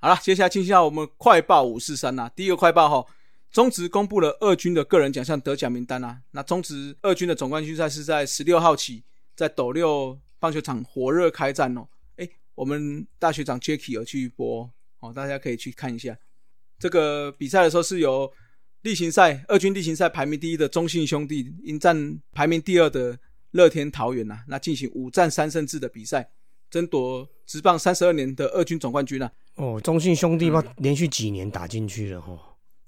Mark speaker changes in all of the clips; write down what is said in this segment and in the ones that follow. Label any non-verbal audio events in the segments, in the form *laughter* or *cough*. Speaker 1: 好了，接下来进行一下我们快报五四三呐。第一个快报哈，中职公布了二军的个人奖项得奖名单啊。那中职二军的总冠军赛是在十六号起在斗六棒球场火热开战哦。哎，我们大学长 Jacky 有去播哦，大家可以去看一下。这个比赛的时候是由例行赛二军例行赛排名第一的中信兄弟迎战排名第二的乐天桃园呐、啊那进行五战三胜制的比赛，争夺职棒三十二年的二军总冠军啊。
Speaker 2: 哦，中信兄
Speaker 3: 嗯
Speaker 2: 弟吧，连续几年打进去了哦，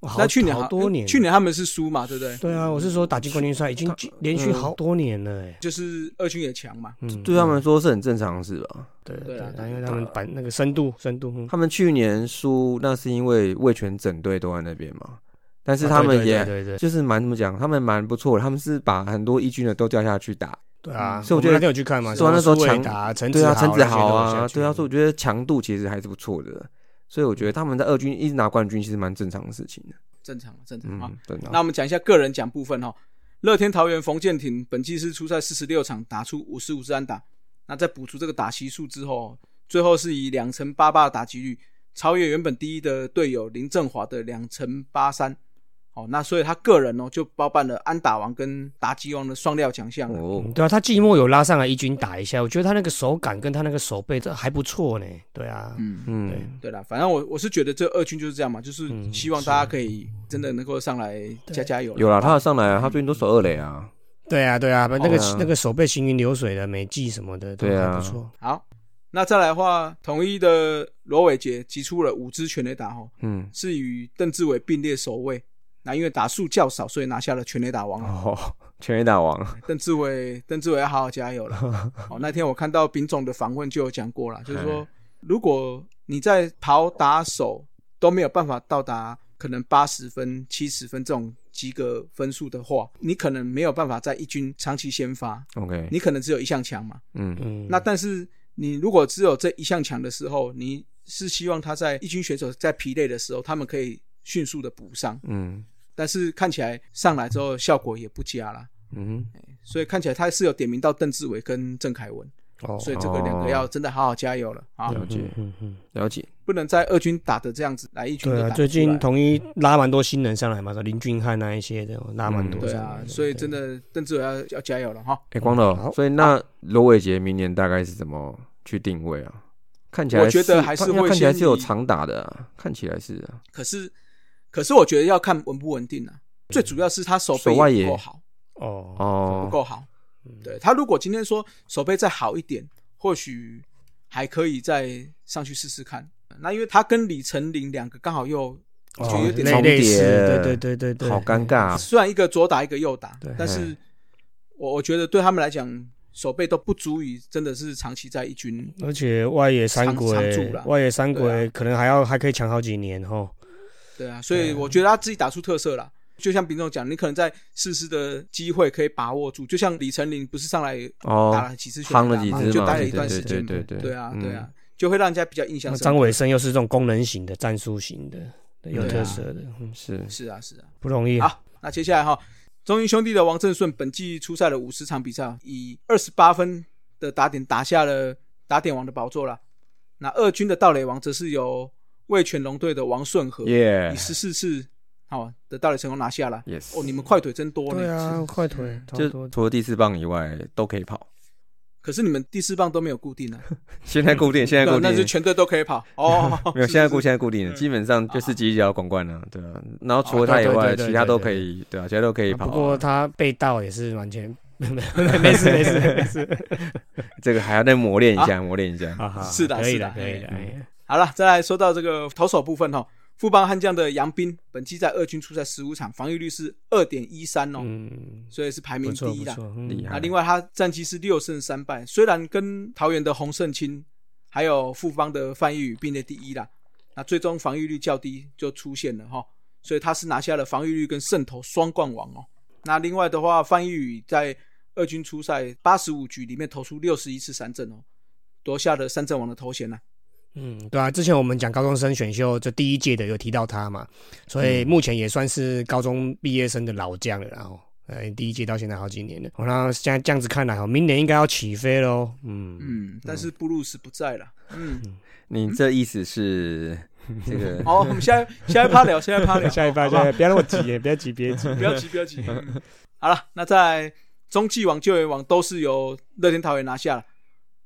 Speaker 2: 哇好
Speaker 1: 那去年
Speaker 2: 好
Speaker 1: 像
Speaker 2: 多年，
Speaker 1: 去年他们是输嘛，对不对？
Speaker 2: 对啊，我是说打进冠军赛已经连续好多年了，哎，
Speaker 1: 就是二军也强嘛，
Speaker 2: 嗯，
Speaker 3: 嗯对他们来说是很正常的事吧？
Speaker 2: 对
Speaker 1: 对
Speaker 2: 对
Speaker 1: 啊，
Speaker 2: 因为他们把那个深度深度，嗯
Speaker 3: 他们去年输，那是因为味全整队都在那边嘛，但是
Speaker 2: 啊
Speaker 3: 他
Speaker 2: 对
Speaker 3: 们
Speaker 2: 对
Speaker 3: 也
Speaker 2: 对对对
Speaker 3: 就是蛮怎么讲，他们蛮不错的，他们是把很多一军的都调下去打，
Speaker 2: 对啊，
Speaker 3: 嗯所以我觉
Speaker 2: 们
Speaker 3: 得
Speaker 2: 那天有去看嘛，
Speaker 3: 所以那时候强
Speaker 2: 打陈
Speaker 3: 对啊，
Speaker 2: 豪
Speaker 3: 陈子豪
Speaker 2: 那些都有
Speaker 3: 啊
Speaker 2: 下，去嗯
Speaker 3: 对啊，所以我觉得强度其实还是不错的，所以我觉得他们在二军一直拿冠军，其实蛮正常的事情的，
Speaker 1: 正常正常啊
Speaker 3: 嗯。，对
Speaker 1: 那
Speaker 3: 啊，
Speaker 1: 我们讲一下个人奖部分哈、哦。乐天桃园冯建廷本季是出赛四十六场，打出五十五支安打。那在补足这个打席数之后，最后是以两成八八的打击率超越原本第一的队友林振华的两成八三。哦，那所以他个人哦就包办了安打王跟打击王的双料奖项啊。
Speaker 3: 哦
Speaker 2: 嗯，对啊，他季末有拉上来一军打一下，我觉得他那个手感跟他那个手背这还不错呢。对啊，
Speaker 1: 嗯，
Speaker 2: 对
Speaker 3: 嗯，
Speaker 1: 对啦，反正我我是觉得这二军就是这样嘛，就是
Speaker 2: 嗯
Speaker 1: 希望大家可以真的能够上来加加油啦。
Speaker 3: 有啦，他有上来啊，他最近都守二垒啊，
Speaker 2: 对啊，对啊，把那个、
Speaker 3: 对啊
Speaker 2: 那个手背行云流水的美记什么的，都
Speaker 3: 对
Speaker 2: 还
Speaker 3: 啊
Speaker 2: 不错。
Speaker 1: 好，那再来的话，统一的罗伟杰击出了五支全垒打，吼，
Speaker 3: 嗯，
Speaker 1: 是与邓志伟并列首位。那因为打数较少，所以拿下了全垒打王啊。
Speaker 3: 哦，全垒打王，
Speaker 1: 邓志伟，邓志伟要好好加油了。哦，那天我看到丙总的访问就有讲过了，就是说，如果你在跑打手都没有办法到达可能八十分、七十分这种及格分数的话，你可能没有办法在一军长期先发，
Speaker 3: OK，
Speaker 1: 你可能只有一项强嘛。
Speaker 3: 嗯
Speaker 2: 嗯，
Speaker 1: 那但是你如果只有这一项强的时候，你是希望他在一军选手在疲累的时候，他们可以迅速的补上。
Speaker 3: 嗯
Speaker 1: 但是看起来上来之后效果也不佳啦，
Speaker 3: 嗯，
Speaker 1: 所以看起来他是有点名到邓志伟跟郑凯文，
Speaker 2: 哦
Speaker 1: 所以这个两个要真的好好加油了啊！
Speaker 3: 了解
Speaker 2: 嗯嗯，
Speaker 3: 了解，
Speaker 1: 不能在二军打的这样子，来一军就
Speaker 2: 对
Speaker 1: 打
Speaker 2: 啊，
Speaker 1: 不
Speaker 2: 最
Speaker 1: 出
Speaker 2: 近
Speaker 1: 来
Speaker 2: 统一拉蛮多新人上来嘛，林俊汉那一些的拉蛮多
Speaker 1: 对
Speaker 2: 上来
Speaker 1: 啊
Speaker 2: 的、，
Speaker 1: 所以真的邓志伟要要加油了哈！
Speaker 3: 哎，光头，所以那罗伟杰明年大概是怎么去定位啊？看起来
Speaker 1: 我觉得还是
Speaker 3: 是看
Speaker 1: 会
Speaker 3: 看起来
Speaker 1: 先
Speaker 3: 是有
Speaker 1: 以
Speaker 3: 长打的啊，看起来是啊，
Speaker 1: 可是可是我觉得要看稳不稳定啊，最主要是他手背
Speaker 3: 手外
Speaker 1: 也
Speaker 3: 野
Speaker 1: 不够好，
Speaker 2: 哦
Speaker 3: 哦
Speaker 1: 不，够好。对他如果今天说手背再好一点，或许还可以再上去试试看。那因为他跟李成林两个刚好又，
Speaker 2: 哦
Speaker 1: 就有点
Speaker 2: 类
Speaker 3: 重
Speaker 2: 类似，
Speaker 3: 叠
Speaker 2: 对对对对对，
Speaker 3: 好尴尬啊，
Speaker 1: 虽然一个左打一个右打
Speaker 2: 对，
Speaker 1: 但是我我觉得对他们来讲，手背都不足以真的是长期在一军。
Speaker 2: 而且外野三
Speaker 1: 常常驻
Speaker 2: 鬼
Speaker 1: 啦，
Speaker 2: 外野三
Speaker 1: 对
Speaker 2: 鬼可能还要还可以强好几年哦。
Speaker 1: 对啊，所以我觉得他自己打出特色啦。就像丙总讲，你可能在适时的机会可以把握住。就像李成林不是上来
Speaker 3: 哦，
Speaker 1: 打了几次全
Speaker 3: 夯
Speaker 1: 垒打
Speaker 3: 了几
Speaker 1: 嘛
Speaker 3: 支
Speaker 1: 就
Speaker 3: 嘛
Speaker 1: 待了
Speaker 3: 对
Speaker 1: 一段
Speaker 3: 对
Speaker 1: 时
Speaker 3: 对
Speaker 1: 间嘛。
Speaker 3: 对对
Speaker 1: 对啊，
Speaker 3: 嗯
Speaker 1: 对啊，就会让人家比较印象
Speaker 2: 那
Speaker 1: 深刻。
Speaker 2: 张伟生又是这种功能型的、战术型的、有
Speaker 1: 对啊
Speaker 2: 特色的，嗯
Speaker 3: 是
Speaker 1: 是啊，是啊。
Speaker 2: 不容易。
Speaker 1: 好，那接下来哈，中英兄弟的王振顺本季出赛了五十场比赛，以二十八分的打点打下了打点王的宝座啦。那二军的盗垒王则是由味全龙队的王顺和
Speaker 3: 耶
Speaker 1: 以十四次好、的盗垒成功拿下了。
Speaker 3: ，yes，
Speaker 1: 哦，你们快腿真多呢！
Speaker 2: 对啊，快腿，
Speaker 3: 就
Speaker 2: 超多的
Speaker 3: 除了第四棒以外都可以跑，
Speaker 1: 可是你们第四棒都没有固定呢、啊，
Speaker 3: 现在固定，现在
Speaker 1: 对
Speaker 3: 固
Speaker 1: 那就
Speaker 3: 定。
Speaker 1: 全队都可以跑哦。
Speaker 3: *laughs* 没有，现在固
Speaker 1: 定
Speaker 3: 现在固定的，基本上就是吉吉要广冠了，对啊。然后除了
Speaker 2: 啊
Speaker 3: 他以
Speaker 2: 对对
Speaker 3: 外，
Speaker 2: 对对
Speaker 3: 其他
Speaker 2: 对
Speaker 3: 都
Speaker 2: 对
Speaker 3: 可以，对啊，其他都可以
Speaker 2: 啊
Speaker 3: 跑啊。
Speaker 2: 不过他被盗也是完全没没事没事没事，
Speaker 3: 这个还要再磨练一下，
Speaker 1: 啊
Speaker 3: 磨练一下。
Speaker 2: 哈 *laughs* 哈
Speaker 1: 是的
Speaker 2: 可以
Speaker 1: 是
Speaker 2: 的
Speaker 1: 的
Speaker 2: 可以的。
Speaker 3: 嗯
Speaker 2: 哎呀
Speaker 1: 好了，再来说到这个投手部分哈、富邦悍将的杨斌本季在二军出赛十五场，防御率是二点一三哦，
Speaker 2: 嗯，
Speaker 1: 所以是排
Speaker 2: 不
Speaker 1: 名第
Speaker 2: 错不
Speaker 1: 一啦。
Speaker 2: 错，
Speaker 3: 厉
Speaker 2: 嗯
Speaker 3: 害
Speaker 1: 啊那另外他战绩是六胜三败，虽然跟桃园的洪胜清还有富邦的范逸宇并列第一啦，那最终防御率较低就出现了哈，所以他是拿下了防御率跟胜投双冠王哦。那另外的话，范逸宇在二军出赛八十五局里面投出六十一次三振哦，夺下了三振王的头衔呐、
Speaker 2: 嗯，对啊，之前我们讲高中生选秀，这第一届的有提到他嘛，所
Speaker 1: 嗯
Speaker 2: 以目前也算是高中毕业生的老将了，然后。呃，第一届到现在好几年了，哦然后现在这样子看来，哦，明年应该要起飞喽。嗯
Speaker 1: 嗯，但是布鲁斯不在了，嗯，
Speaker 3: 你这意思是这个
Speaker 1: 好，我们下一下一趴聊，下一趴聊，
Speaker 2: 下一
Speaker 1: 好
Speaker 2: 趴，
Speaker 1: 不好
Speaker 2: 下一趴，不要那么急耶， *laughs* 不要急，别急。
Speaker 1: *laughs* 不要急，不要急。嗯好了，那在中继网、救援网都是由乐天桃园拿下了。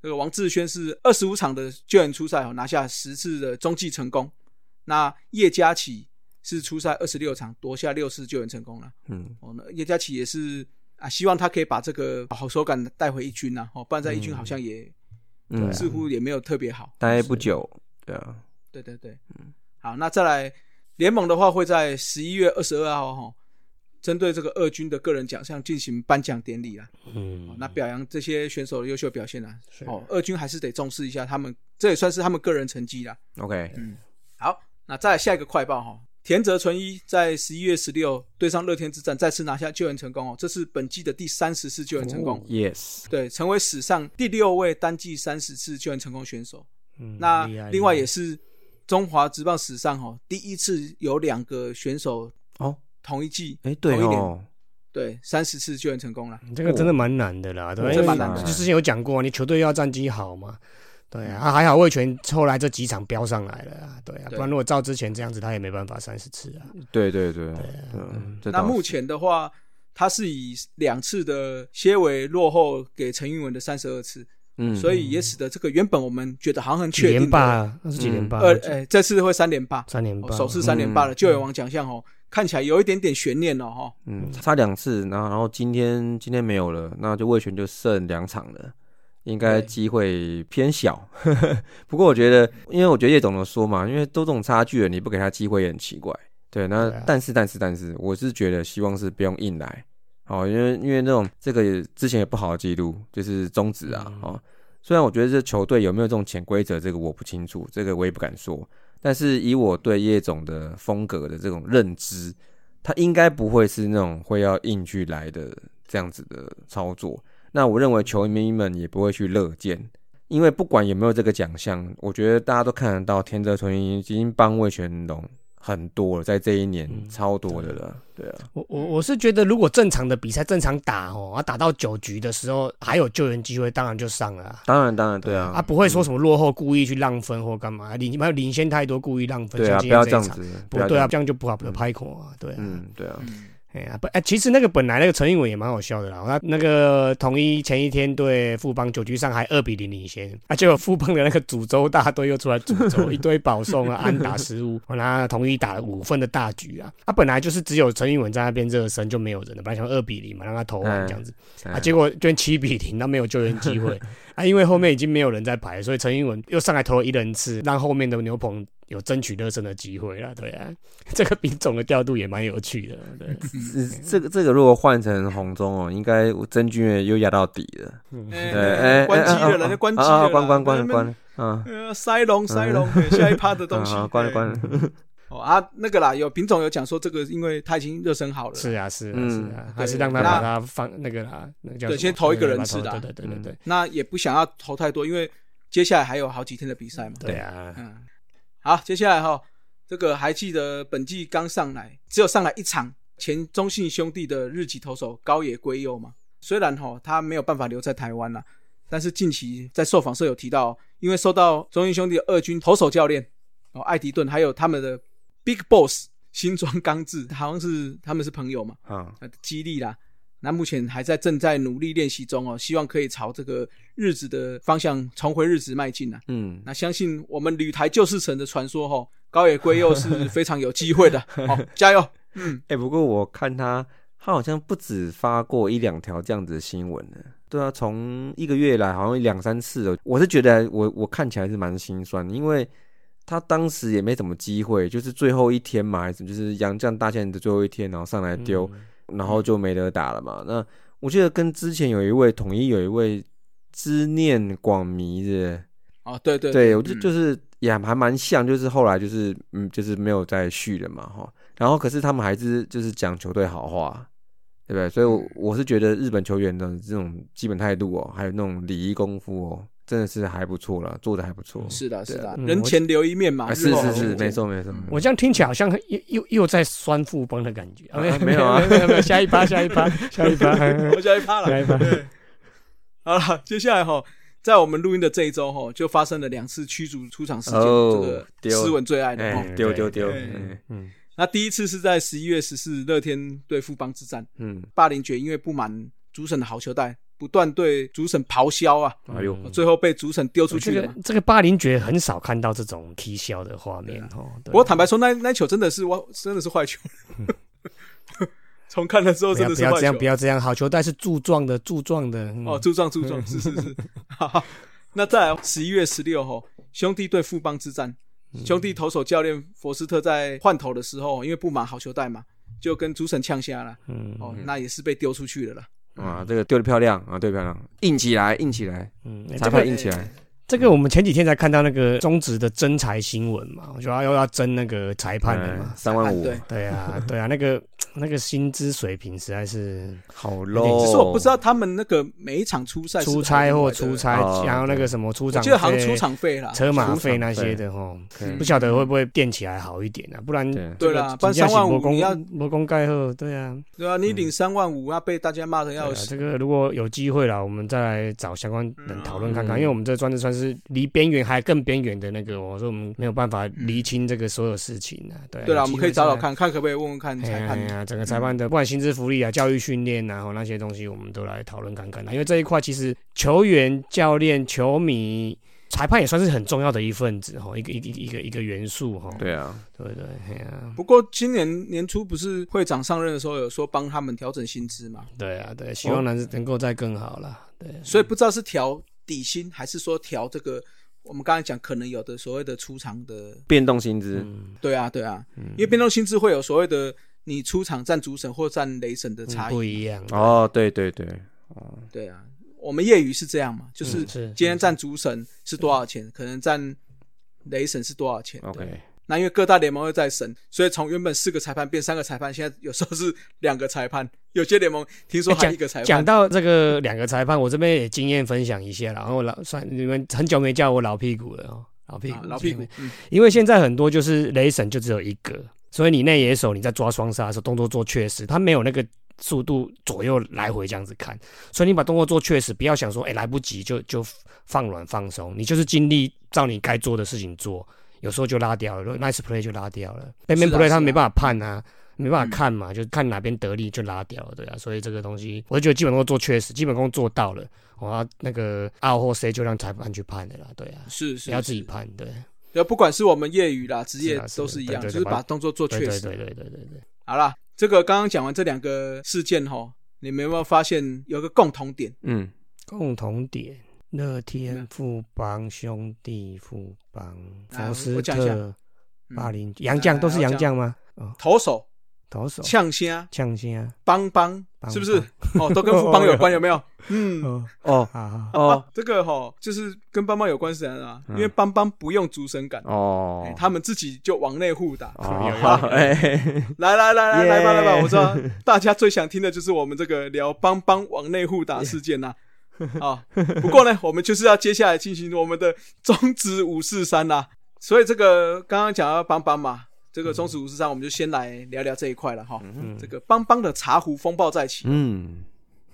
Speaker 1: 这个王志轩是二十五场的救援出赛哦，拿下十次的中继成功。那叶嘉琪是出赛二十六场，夺下六次救援成功了。
Speaker 3: 嗯，
Speaker 1: 哦，那叶嘉琪也是啊，希望他可以把这个好手感带回一军呐、哦，不然在一军好像也、
Speaker 3: 嗯
Speaker 2: 对啊
Speaker 1: 似乎也没有特别好。
Speaker 3: 待不久，对啊，
Speaker 1: 对对对，
Speaker 2: 嗯
Speaker 1: 好，那再来联盟的话，会在十一月二十二号哈，针对这个二军的个人奖项进行颁奖典礼啦。哦
Speaker 2: 嗯，
Speaker 1: 那表扬这些选手的优秀表现啦。
Speaker 2: 是
Speaker 1: 哦，二军还是得重视一下他们，这也算是他们个人成绩啦。嗯
Speaker 3: OK，
Speaker 1: 好，那再来下一个快报哈，田泽纯一在十一月十六对上乐天之战再次拿下救援成功哦，这是本季的第三十次救援成
Speaker 2: 哦
Speaker 1: 功。
Speaker 3: Yes，
Speaker 1: 对，成为史上第六位单季三十次救援成功选手。
Speaker 2: 嗯
Speaker 1: 那
Speaker 2: 厉害
Speaker 1: 另外也
Speaker 2: 厉害
Speaker 1: 是中华职棒史上哈第一次有两个选手
Speaker 3: 哦，
Speaker 1: 同一季
Speaker 3: 哎，对
Speaker 1: 同一
Speaker 3: 哦
Speaker 1: 年，对三十次救援成功了。
Speaker 2: 这个真的蛮难的啦，对吧，
Speaker 1: 哦这
Speaker 2: 因为
Speaker 1: 蛮难的
Speaker 2: 就之前有讲过，啊你球队要战绩好嘛，对啊，啊还好魏权后来这几场飙上来了啊，对啊，
Speaker 1: 对
Speaker 2: 不然如果照之前这样子，他也没办法三十次啊，
Speaker 3: 对对对，嗯，这
Speaker 1: 啊那
Speaker 3: 倒
Speaker 1: 目
Speaker 3: 是
Speaker 1: 前的话，他是以两次的些微落后给陈韵文的三十二次，
Speaker 3: 嗯，
Speaker 1: 所以也使得这个原本我们觉得好像很
Speaker 2: 几
Speaker 1: 确
Speaker 2: 连
Speaker 1: 定
Speaker 2: 霸
Speaker 1: 的
Speaker 2: 啊，那是几连霸啊？
Speaker 1: 二哎、这次会三连霸，
Speaker 2: 三连
Speaker 1: 哦
Speaker 2: 霸，
Speaker 1: 首次三连霸的
Speaker 3: 嗯
Speaker 1: 救援王奖项哦，看起来有一点点悬念了哈、哦。
Speaker 3: 嗯差两次，然后然后今天今天没有了，那就魏权就剩两场了。应该
Speaker 1: 对
Speaker 3: 机会偏小， *laughs* 不过我觉得，因为我觉得叶总的说嘛，因为都这种差距了，你不给他机会也很奇怪。对，那
Speaker 2: 对啊
Speaker 3: 但是但是但是，我是觉得希望是不用硬来，哦，因为因为那种这个也之前也不好的记录，就是终止啊，
Speaker 2: 嗯
Speaker 3: 哦，虽然我觉得这球队有没有这种潜规则，这个我不清楚，这个我也不敢说，但是以我对叶总的风格的这种认知，他应该不会是那种会要硬去来的这样子的操作。那我认为球迷们也不会去乐见，因为不管有没有这个奖项，我觉得大家都看得到天泽纯一已经帮魏全龙很多了，在这一年、
Speaker 2: 嗯
Speaker 3: 超多的了。对啊，
Speaker 2: 我我我是觉得，如果正常的比赛正常打哦，啊打到九局的时候还有救援机会，当然就上了啊。
Speaker 3: 当然当然，对啊，
Speaker 2: 啊，不会说什么落后故意去让分或干嘛，领没有领先太多故意让分，
Speaker 3: 对
Speaker 2: 像
Speaker 3: 啊，不
Speaker 2: 今
Speaker 3: 要
Speaker 2: 天
Speaker 3: 这
Speaker 2: 一
Speaker 3: 样
Speaker 2: 场
Speaker 3: 子，不
Speaker 2: 不
Speaker 3: 要
Speaker 2: 对啊，
Speaker 3: 这
Speaker 2: 这样
Speaker 3: 样子，
Speaker 2: 就不好不拍孔啊，对啊，
Speaker 3: 嗯，对啊，
Speaker 1: 嗯，
Speaker 2: 哎呀不哎，其实那个本来那个陈韵伟也蛮好笑的啦，哦他那个统一前一天对富邦九局上还二比零领先，啊，结果富邦的那个主州大队又出来主州一堆保送啊，安打失误，那统一打了五分的大局啊，他、本来就是只有陈韵文在那边热身就没有人了，本来想二比零嘛，让他投完这样子。啊，
Speaker 3: 哎
Speaker 2: 结果捐七比零，那没有救援机会啊，因为后面已经没有人在排，所以陈英文又上来投了一人次，让后面的牛棚有争取热身的机会啦。对啊，这个兵种的调度也蛮有趣的。对，
Speaker 3: 这这个这个如果换成红中哦，应该真君也又压到底了。
Speaker 1: 哎
Speaker 3: 对，哎，
Speaker 1: 关机
Speaker 3: 哎
Speaker 1: 了，
Speaker 3: 啊
Speaker 1: 人家
Speaker 3: 啊
Speaker 1: 关机
Speaker 3: 啊
Speaker 1: 了啦，
Speaker 3: 关关关
Speaker 1: 人家
Speaker 3: 关，啊，
Speaker 1: 呃，塞龙塞龙，对下一趴的
Speaker 3: *laughs*
Speaker 1: 东西
Speaker 3: 啊，嗯关了
Speaker 1: 对
Speaker 3: 关了。
Speaker 1: 哦啊，那个啦，有品种有讲说这个，因为他已经热身好了，
Speaker 2: 是啊，是啊，
Speaker 3: 嗯
Speaker 2: 是啊，
Speaker 1: 对
Speaker 2: 还是让他
Speaker 1: 那
Speaker 2: 把他放那个啦，那个叫
Speaker 1: 对
Speaker 2: 什么
Speaker 1: 先投一个人次
Speaker 2: 对
Speaker 1: 的啊
Speaker 2: 对对对对对，
Speaker 1: 那也不想要投太多，因为接下来还有好几天的比赛嘛。
Speaker 2: 对啊，
Speaker 1: 嗯，好，接下来哈，这个还记得本季刚上来，只有上来一场前中信兄弟的日籍投手高野圭佑嘛，虽然哈他没有办法留在台湾啦，但是近期在受访时有提到，因为受到中信兄弟的二军投手教练哦艾迪顿，还有他们的 Big Boss 新庄刚志，好像是他们是朋友嘛，
Speaker 3: 啊，
Speaker 1: 呃激励啦。那目前还在正在努力练习中哦，希望可以朝这个日子的方向重回日子迈进啊。
Speaker 3: 嗯，
Speaker 1: 那相信我们旅台救世神的传说吼，高野圭佑是非常有机会 *laughs* 的，好加油！嗯，
Speaker 3: 哎、不过我看他，他好像不止发过一两条这样子的新闻呢。对啊，从一个月来好像两三次了。我是觉得我我看起来是蛮心酸的，因为他当时也没怎么机会，就是最后一天嘛，还是就是杨将大限的最后一天，然后上来丢。然后就没得打了嘛。那我记得跟之前有一位统一有一位知念广迷的，
Speaker 1: 哦，对对
Speaker 3: 对我就就是是也还蛮像，就是后来就是嗯就是没有再续了嘛哈。然后可是他们还是就是讲球队好话，对不对？所以我我是觉得日本球员的这种基本态度哦，还有那种礼仪功夫哦，真的是还不错了，做的还不错。
Speaker 1: 是的，是的，
Speaker 2: 嗯
Speaker 1: 人前留一面嘛，
Speaker 3: 啊，是
Speaker 1: 日后
Speaker 3: 是
Speaker 1: 好
Speaker 3: 是，
Speaker 1: 见
Speaker 3: 没。错没错。嗯
Speaker 2: 我这样听起来好像又又又在酸富邦的感觉，
Speaker 3: 啊没有啊
Speaker 2: 没有没有，下一趴，下一趴，下一趴，
Speaker 1: 我下一趴
Speaker 2: 下
Speaker 1: 了，
Speaker 2: 一趴。
Speaker 1: 好了，接下来哈，在我们录音的这一周哈，就发生了两次驱逐出场事件，
Speaker 3: 哦
Speaker 1: 这个斯文最爱的哈。
Speaker 3: 哎，丢丢丢，
Speaker 1: 对
Speaker 3: 哎
Speaker 2: 嗯
Speaker 1: 那第一次是在十一月十四日乐天对富邦之战，
Speaker 3: 嗯，
Speaker 1: 霸凌爵因为不满主审的好球带，不断对主审咆哮啊，
Speaker 3: 哎呦，
Speaker 2: 嗯
Speaker 1: 最后被主审丢出
Speaker 2: 这
Speaker 1: 去了嘛
Speaker 2: 个。这个巴林爵很少看到这种踢笑的画面哦。对
Speaker 1: 不过坦白说，那那球真的是我真的是坏球。 *laughs* 重看的时候
Speaker 2: 不
Speaker 1: 真的
Speaker 2: 要哎不
Speaker 1: 是
Speaker 2: 要
Speaker 1: 坏
Speaker 2: 这样，不
Speaker 1: 球
Speaker 2: 要这样，好球带是柱状的，柱状的。嗯
Speaker 1: 哦，，柱状柱
Speaker 2: *laughs*
Speaker 1: 状是是是。好好那再来十一月十六号，兄弟对富邦之战，
Speaker 2: 嗯
Speaker 1: 兄弟投手教练佛斯特在换头的时候，因为不满好球带嘛，就跟主审呛下了。
Speaker 2: 嗯
Speaker 1: 哦，那也是被丢出去了啦。
Speaker 3: 啊，这个丢的漂亮啊，丢得漂亮，硬起来，硬起来，
Speaker 2: 嗯，
Speaker 3: 裁
Speaker 2: 这
Speaker 3: 判
Speaker 2: 个
Speaker 3: 硬起来，
Speaker 2: 这个我们前几天才看到那个中职的征才新闻嘛，我觉得要要争那个裁判了嘛。
Speaker 3: 哎三万
Speaker 1: 判
Speaker 3: 五，
Speaker 1: 哎对，
Speaker 2: 对啊，对啊，那个那个薪资水平实在是
Speaker 3: 好
Speaker 2: 点
Speaker 3: low。
Speaker 1: 只是我不知道他们那个每一场出赛是
Speaker 2: 出差或出
Speaker 1: 差，
Speaker 2: 差
Speaker 3: 哦，
Speaker 2: 然后那个什么出
Speaker 1: 我
Speaker 2: 场
Speaker 1: 记得好像出
Speaker 2: 费、
Speaker 1: 场费啦。
Speaker 2: 车马
Speaker 3: 出
Speaker 2: 费
Speaker 3: 场
Speaker 2: 那些
Speaker 3: 费
Speaker 2: 的吼，
Speaker 3: 嗯
Speaker 2: 不晓得会不会垫起来好一点啊？不然
Speaker 3: 对
Speaker 1: 对啦
Speaker 2: 这个真的是
Speaker 1: 不然35,000
Speaker 2: 没公
Speaker 1: 你要
Speaker 2: 没公盖后，对啊，
Speaker 1: 对啊，你领三万五，那被大家骂的
Speaker 2: 对啊
Speaker 1: 要死。
Speaker 2: 这个如果有机会了，我们再来找相关人讨论看看，
Speaker 3: 嗯
Speaker 2: 因为我们这专职算是离边缘还更边缘的那个，哦我说我们没有办法厘清这个所有事情啊。对啊，
Speaker 1: 嗯对啦，
Speaker 2: 有
Speaker 1: 我
Speaker 2: 机
Speaker 1: 们
Speaker 2: 会
Speaker 1: 可以找
Speaker 2: 再
Speaker 1: 找
Speaker 2: 来。
Speaker 1: 看看可不可以问问看
Speaker 2: 哎
Speaker 1: 裁
Speaker 2: 呀
Speaker 1: 判
Speaker 2: 哎。呀，整个裁判的不管薪资福利啊、教育训练啊，然后那些东西，我们都来讨论看看啊。因为这一块其实球员、教练、球迷、裁判也算是很重要的一份子哈，一个一个一个一个元素哈。
Speaker 3: 对啊，
Speaker 2: 对对，哎呀，
Speaker 1: 不过今年年初不是会长上任的时候有说帮他们调整薪资嘛，
Speaker 2: 对啊对，希望能能够再更好啦。对，
Speaker 1: 所以不知道是调底薪还是说调这个我们刚才讲可能有的所谓的出场的，
Speaker 3: 变动薪资，
Speaker 2: 嗯，
Speaker 1: 对啊对啊，因为变动薪资会有所谓的你出场占主审或占雷审的差
Speaker 2: 嗯不
Speaker 1: 异，
Speaker 2: 一样，
Speaker 3: 哦，对对对，
Speaker 1: 对啊，我们业余是这样嘛，就是
Speaker 2: 嗯是
Speaker 1: 今天占主审是多少钱，可能占雷审是多少钱
Speaker 2: 哦
Speaker 1: 对
Speaker 3: OK，
Speaker 1: 那因为各大联盟又在审，所以从原本四个裁判变三个裁判，现在有时候是两个裁判，有些联盟听说
Speaker 2: 哎
Speaker 1: 还一个裁判啊
Speaker 2: 讲。到这个两个裁判，我这边也经验分享一下啦，然后老算你们很久没叫我老屁股了哦，老屁股、
Speaker 1: 啊老屁股，嗯
Speaker 2: 因为现在很多就是雷神就只有一个，所以你内野手你在抓双杀的时候动作做确实，他没有那个速度左右来回这样子看，所以你把动作做确实，不要想说哎、来不及就就放软放松，你就是尽力照你该做的事情做，有时候就拉掉了如果，nice play 就拉掉了，bad man
Speaker 1: 是啊
Speaker 2: play
Speaker 1: 是
Speaker 2: 他
Speaker 1: 啊
Speaker 2: 没办法判啊。没办法看嘛，就看哪边得力就拉掉了，对啊，所以这个东西，我就觉得基本功做确实，基本功做到了，我、要那个 out 或 C 就让裁判去判的啦，对啊，
Speaker 1: 是
Speaker 2: 不
Speaker 1: 是
Speaker 2: 要自己
Speaker 1: 是
Speaker 2: 判，对。
Speaker 1: 对，不管是我们业余啦、职业
Speaker 2: 是啊是啊
Speaker 1: 都是一样，
Speaker 2: 对对
Speaker 1: 就
Speaker 2: 对
Speaker 1: 是把动作做
Speaker 2: 对
Speaker 1: 确
Speaker 2: 对
Speaker 1: 实。啊
Speaker 2: 对对对对对，
Speaker 1: 好啦，这个刚刚讲完这两个事件吼，你们有没有发现有个共同点？
Speaker 3: 嗯，
Speaker 2: 共同点：乐天富邦兄弟富邦
Speaker 1: 啊
Speaker 2: 福斯
Speaker 1: 我讲一下
Speaker 2: 特
Speaker 1: 嗯
Speaker 2: 巴林杨将都是杨将吗？
Speaker 1: 投手、
Speaker 2: 投手
Speaker 1: 呛虾、
Speaker 2: 呛先啊，
Speaker 1: 邦邦，
Speaker 2: 邦
Speaker 1: 是不是？哦，都跟富邦
Speaker 2: *laughs*
Speaker 1: 有关，有没有？嗯，
Speaker 2: 哦
Speaker 3: 哦
Speaker 2: 啊，
Speaker 3: 哦
Speaker 1: *laughs* 这个吼就是跟邦邦有关是怎样啊？因
Speaker 3: 嗯
Speaker 1: 为邦邦不用主审感，哎
Speaker 3: 哦，
Speaker 1: 他们自己就往内互打。
Speaker 3: 哦，
Speaker 1: 好
Speaker 3: 好哎，
Speaker 1: 来来来来
Speaker 3: 耶
Speaker 1: 来吧来吧，我知道大家最想听的就是我们这个聊邦邦往内互打事件呐、
Speaker 3: *laughs*
Speaker 1: 啊。不过呢，我们就是要接下来进行我们的中指五四三啦。所以这个刚刚讲到邦邦嘛，这个中指五四三，我们就先来聊聊这一块了哈。
Speaker 2: 嗯
Speaker 1: 这个邦邦的茶壶风暴再起
Speaker 3: 嗯，